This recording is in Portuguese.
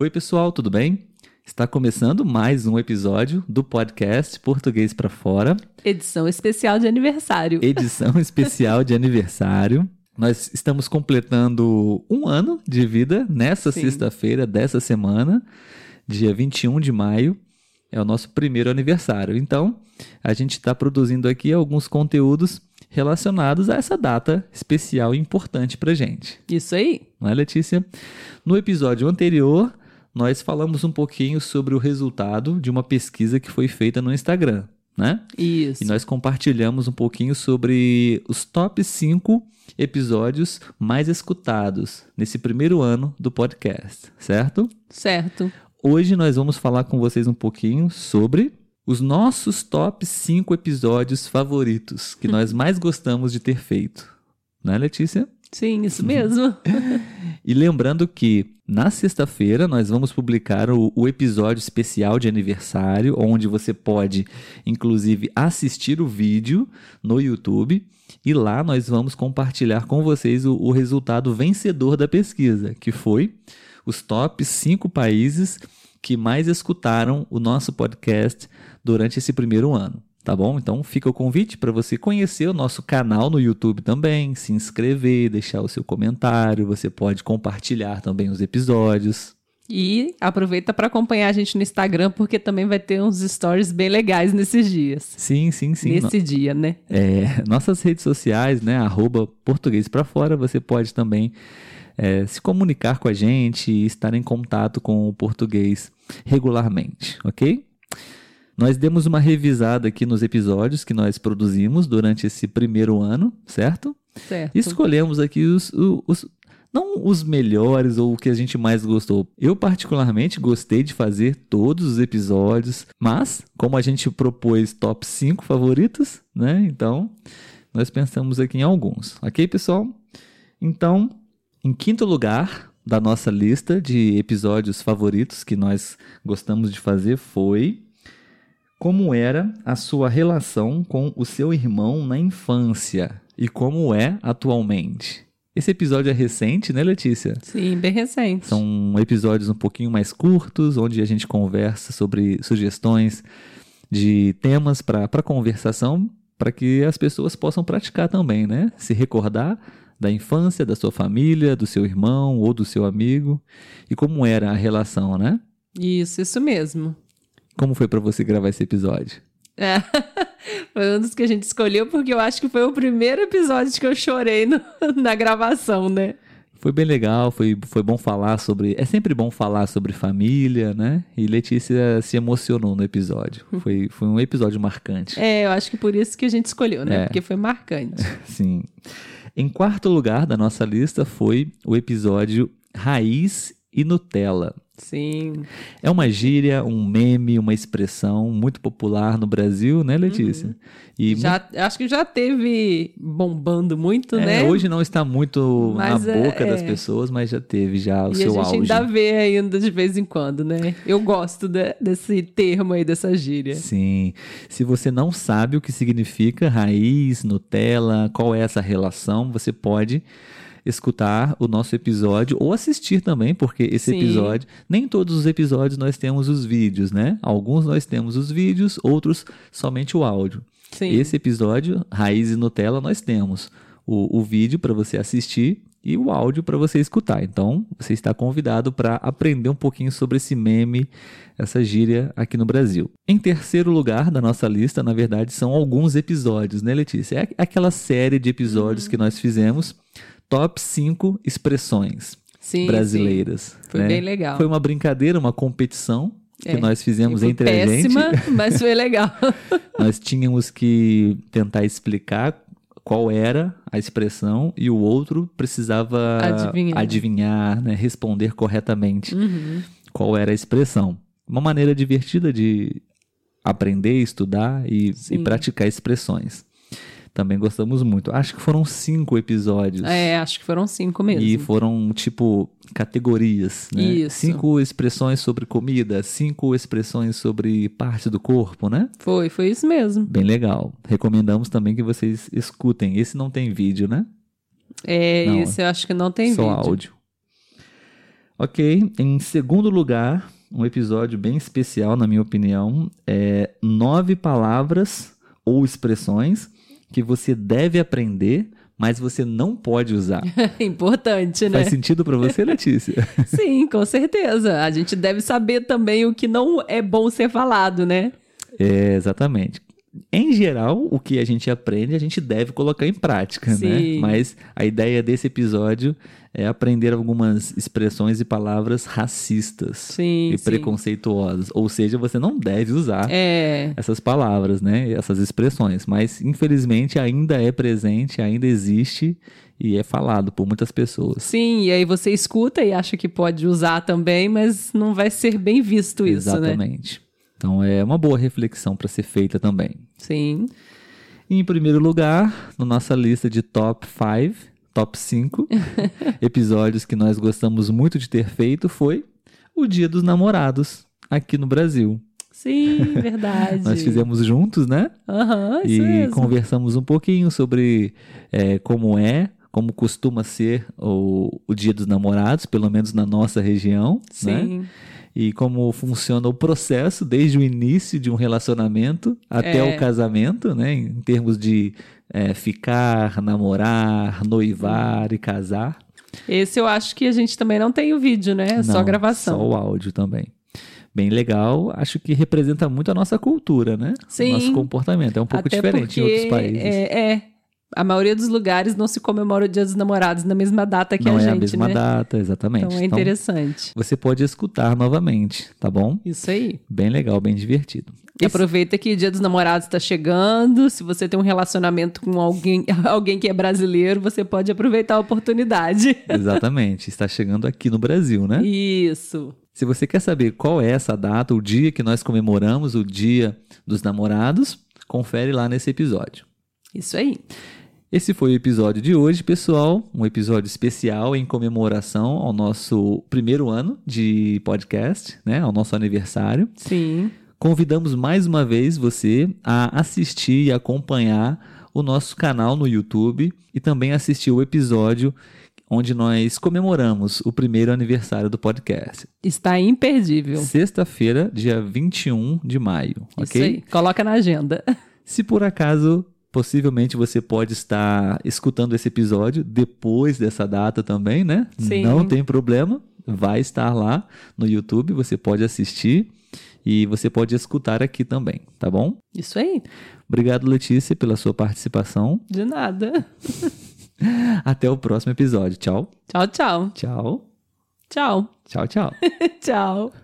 Oi, pessoal, tudo bem? Está começando mais um episódio do podcast Português para Fora, Edição especial de aniversário. edição especial de aniversário. Nós estamos completando um ano de vida nessa Sim. sexta-feira dessa semana, dia 21 de maio. É o nosso primeiro aniversário. Então, a gente está produzindo aqui alguns conteúdos relacionados a essa data especial e importante para gente. Isso aí. não é, Letícia? No episódio anterior, nós falamos um pouquinho sobre o resultado de uma pesquisa que foi feita no Instagram, né? Isso. E nós compartilhamos um pouquinho sobre os top 5 episódios mais escutados nesse primeiro ano do podcast, certo? Certo. Hoje nós vamos falar com vocês um pouquinho sobre os nossos top 5 episódios favoritos que nós mais gostamos de ter feito. Né, Letícia? Sim, Uhum. isso mesmo. E lembrando que na sexta-feira nós vamos publicar o, o episódio especial de aniversário, onde você pode, inclusive, assistir o vídeo no YouTube. E lá nós vamos compartilhar com vocês o, o resultado vencedor da pesquisa, que foi os top 5 países que mais escutaram o nosso podcast durante esse primeiro ano. Tá bom? Então fica o convite para você conhecer o nosso canal no YouTube também, se inscrever, deixar o seu comentário, você pode compartilhar também os episódios. E aproveita para acompanhar a gente no Instagram, porque também vai ter uns stories bem legais nesses dias. Sim, sim, sim. Nesse dia, né? É, nossas redes sociais, né? Arroba português pra fora, você pode também é, se comunicar com a gente e estar em contato com o português regularmente, ok? Nós demos uma revisada aqui nos episódios que nós produzimos durante esse primeiro ano, certo? Certo. Escolhemos aqui os, o- os- não os melhores ou o que a gente mais gostou. Eu particularmente gostei de fazer todos os episódios, mas como a gente propôs top 5 favoritos, né? Então, nós pensamos aqui em alguns. OK, pessoal? Então, em quinto lugar da nossa lista de episódios favoritos que nós gostamos de fazer foi como era a sua relação com o seu irmão na infância e como é atualmente. Esse episódio é recente, né, Letícia? Sim, bem recente. São episódios um pouquinho mais curtos, onde a gente conversa sobre sugestões de temas para conversação, para que as pessoas possam praticar também, né? Se recordar da infância, da sua família, do seu irmão ou do seu amigo e como era a relação, né? Isso, isso mesmo. Como foi para você gravar esse episódio? É. Foi um dos que a gente escolheu, porque eu acho que foi o primeiro episódio que eu chorei no- na gravação, né? Foi bem legal, foi, foi bom falar sobre. É sempre bom falar sobre família, né? E Letícia se emocionou no episódio. Hum. Foi, foi um episódio marcante. É, eu acho que por isso que a gente escolheu, né? É. Porque foi marcante. Sim. Em quarto lugar da nossa lista foi o episódio Raiz e Nutella. Sim. É uma gíria, um meme, uma expressão muito popular no Brasil, né, Letícia? E Uhum. Já, acho que já teve bombando muito, muito- é, né? Hoje não está muito Mas na é- boca das é. pessoas, mas já teve já é o e a seu gente auge. né? ainda vê ainda de vez em quando, né? Eu gosto de- desse termo aí, dessa gíria. Sim. Se você não sabe o que significa raiz, Nutella, qual é essa relação, você pode escutar o nosso episódio ou assistir também, porque esse Sim. episódio, nem todos os episódios nós temos os vídeos, né? Alguns nós temos os vídeos, outros somente o áudio. Sim. Esse episódio, Raiz e Nutella, nós temos o, o vídeo para você assistir e o áudio para você escutar. Então, você está convidado para aprender um pouquinho sobre esse meme, essa gíria aqui no Brasil. Em terceiro lugar da nossa lista, na verdade, são alguns episódios, né, Letícia? É aqu- aquela série de Uhum. episódios que nós fizemos, top 5 expressões Sim, brasileiras. sim. Foi né? bem legal. Foi uma brincadeira, uma competição que É. nós fizemos Foi entre a gente. péssima, mas foi legal. Nós tínhamos que tentar explicar qual era a expressão e o outro precisava Adivinhar. adivinhar, né, responder corretamente Uhum. qual era a expressão. Uma maneira divertida de aprender, estudar e, e Sim. praticar expressões. Também gostamos muito. Acho que foram cinco episódios. É, acho que foram cinco mesmo. E foram, tipo, categorias, né? Isso. Cinco expressões sobre comida, cinco expressões sobre parte do corpo, né? Foi, foi isso mesmo. Bem legal. Recomendamos também que vocês escutem. Esse não tem vídeo, né? É, Não, esse eu acho que não tem Só vídeo. áudio. Ok, em segundo lugar, um episódio bem especial, na minha opinião, é nove palavras ou expressões que você deve aprender, mas você não pode usar. Importante, né? Faz sentido pra você, Letícia? Sim, com certeza. A gente deve saber também o que não é bom ser falado, né? É, exatamente. Em geral, o que a gente aprende, a gente deve colocar em prática, né? Sim. Mas a ideia desse episódio é aprender algumas expressões e palavras racistas Sim. e sim. preconceituosas. Ou seja, você não deve usar É. essas palavras, né? Essas expressões. Mas, infelizmente, ainda é presente, ainda existe e é falado por muitas pessoas. Sim, e aí você escuta e acha que pode usar também, mas não vai ser bem visto isso, né? Exatamente. Então, é uma boa reflexão para ser feita também. Sim. Em primeiro lugar, na nossa lista de top 5, top 5 episódios que nós gostamos muito de ter feito foi o Dia dos Namorados aqui no Brasil. Sim, verdade. Nós fizemos juntos, né? Aham, e isso mesmo. conversamos um pouquinho sobre eh, como é, como costuma ser o, o Dia dos Namorados, pelo menos na nossa região, né? Sim. E como funciona o processo desde o início de um relacionamento até É. o casamento, né? Em termos de eh, ficar, namorar, noivar e casar. Esse eu acho que a gente também não tem o vídeo, né? É só Não, gravação. Só um o áudio também. Bem legal, acho que representa muito a nossa cultura, né? Sim. O nosso comportamento. É um pouco Até diferente porque, em outros países. É, é. a maioria dos lugares não se comemora o Dia dos Namorados na mesma data que não a é gente, a mesma né? data, exatamente. Então é interessante. você pode escutar novamente, tá bom? Isso aí. Bem legal, bem divertido. E aproveita que o Dia dos Namorados está chegando. Se você tem um relacionamento com alguém, alguém que é brasileiro, você pode aproveitar a oportunidade. Exatamente, está chegando aqui no Brasil, né? Isso. Se você quer saber qual é essa data, o dia que nós comemoramos o Dia dos Namorados, confere lá nesse episódio. Isso aí. Esse foi o episódio de hoje, pessoal. Um episódio especial em comemoração ao nosso primeiro ano de podcast, né? Ao nosso aniversário. Sim. Convidamos mais uma vez você a assistir e acompanhar o nosso canal no YouTube e também assistir o episódio onde nós comemoramos o primeiro aniversário do podcast. Está imperdível. Sexta-feira, dia 21 de maio, Isso ok? aí. Coloca na agenda. Se por acaso, possivelmente você pode estar escutando esse episódio depois dessa data também, né? Sim. Não tem problema, vai estar lá no YouTube, você pode assistir e você pode escutar aqui também, tá bom? Isso aí. Obrigado, Letícia, pela sua participação. De nada. Até o próximo episódio. Tchau, Tchau, tchau. tchau, Tchau. tchau, tchau. tchau.